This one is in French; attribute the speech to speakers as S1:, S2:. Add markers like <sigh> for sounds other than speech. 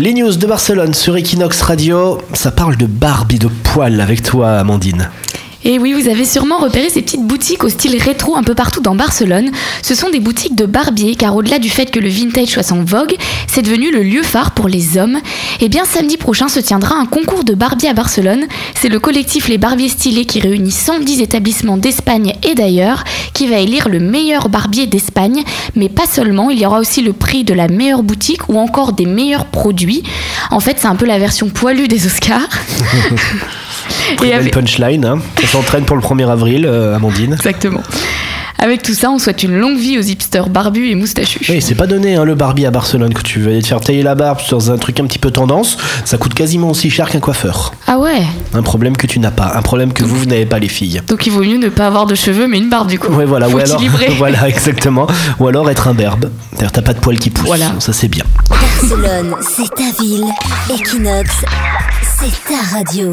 S1: Les news de Barcelone sur Equinox Radio, ça parle de Barbie de poils avec toi Amandine.
S2: Et oui, vous avez sûrement repéré ces petites boutiques au style rétro un peu partout dans Barcelone. Ce sont des boutiques de barbier, car au-delà du fait que le vintage soit en vogue, c'est devenu le lieu phare pour les hommes. Et bien samedi prochain se tiendra un concours de barbier à Barcelone. C'est le collectif Les Barbiers Stylés qui réunit 110 établissements d'Espagne et d'ailleurs, qui va élire le meilleur barbier d'Espagne. Mais pas seulement, il y aura aussi le prix de la meilleure boutique ou encore des meilleurs produits. En fait, c'est un peu la version poilue des Oscars.
S1: Très
S2: Et
S1: belle
S2: avec-
S1: punchline, hein. ça s'entraîne pour le 1er avril euh, Amandine.
S2: Exactement. Avec tout ça, on souhaite une longue vie aux hipsters barbus et moustachus.
S1: Oui, c'est pas donné hein, le Barbie à Barcelone que tu veux aller te faire tailler la barbe sur un truc un petit peu tendance, ça coûte quasiment aussi cher qu'un coiffeur.
S2: Ah ouais
S1: Un problème que tu n'as pas, un problème que vous, vous n'avez pas les filles.
S2: Donc il vaut mieux ne pas avoir de cheveux mais une barbe du coup.
S1: Ouais, voilà,
S2: Faut
S1: ou alors,
S2: équilibrer.
S1: <laughs> voilà, exactement. Ou alors être un berbe. C'est-à-dire, t'as pas de poils qui poussent.
S2: Voilà.
S1: Ça, c'est bien.
S3: Barcelone, c'est ta ville. Equinox, c'est ta radio.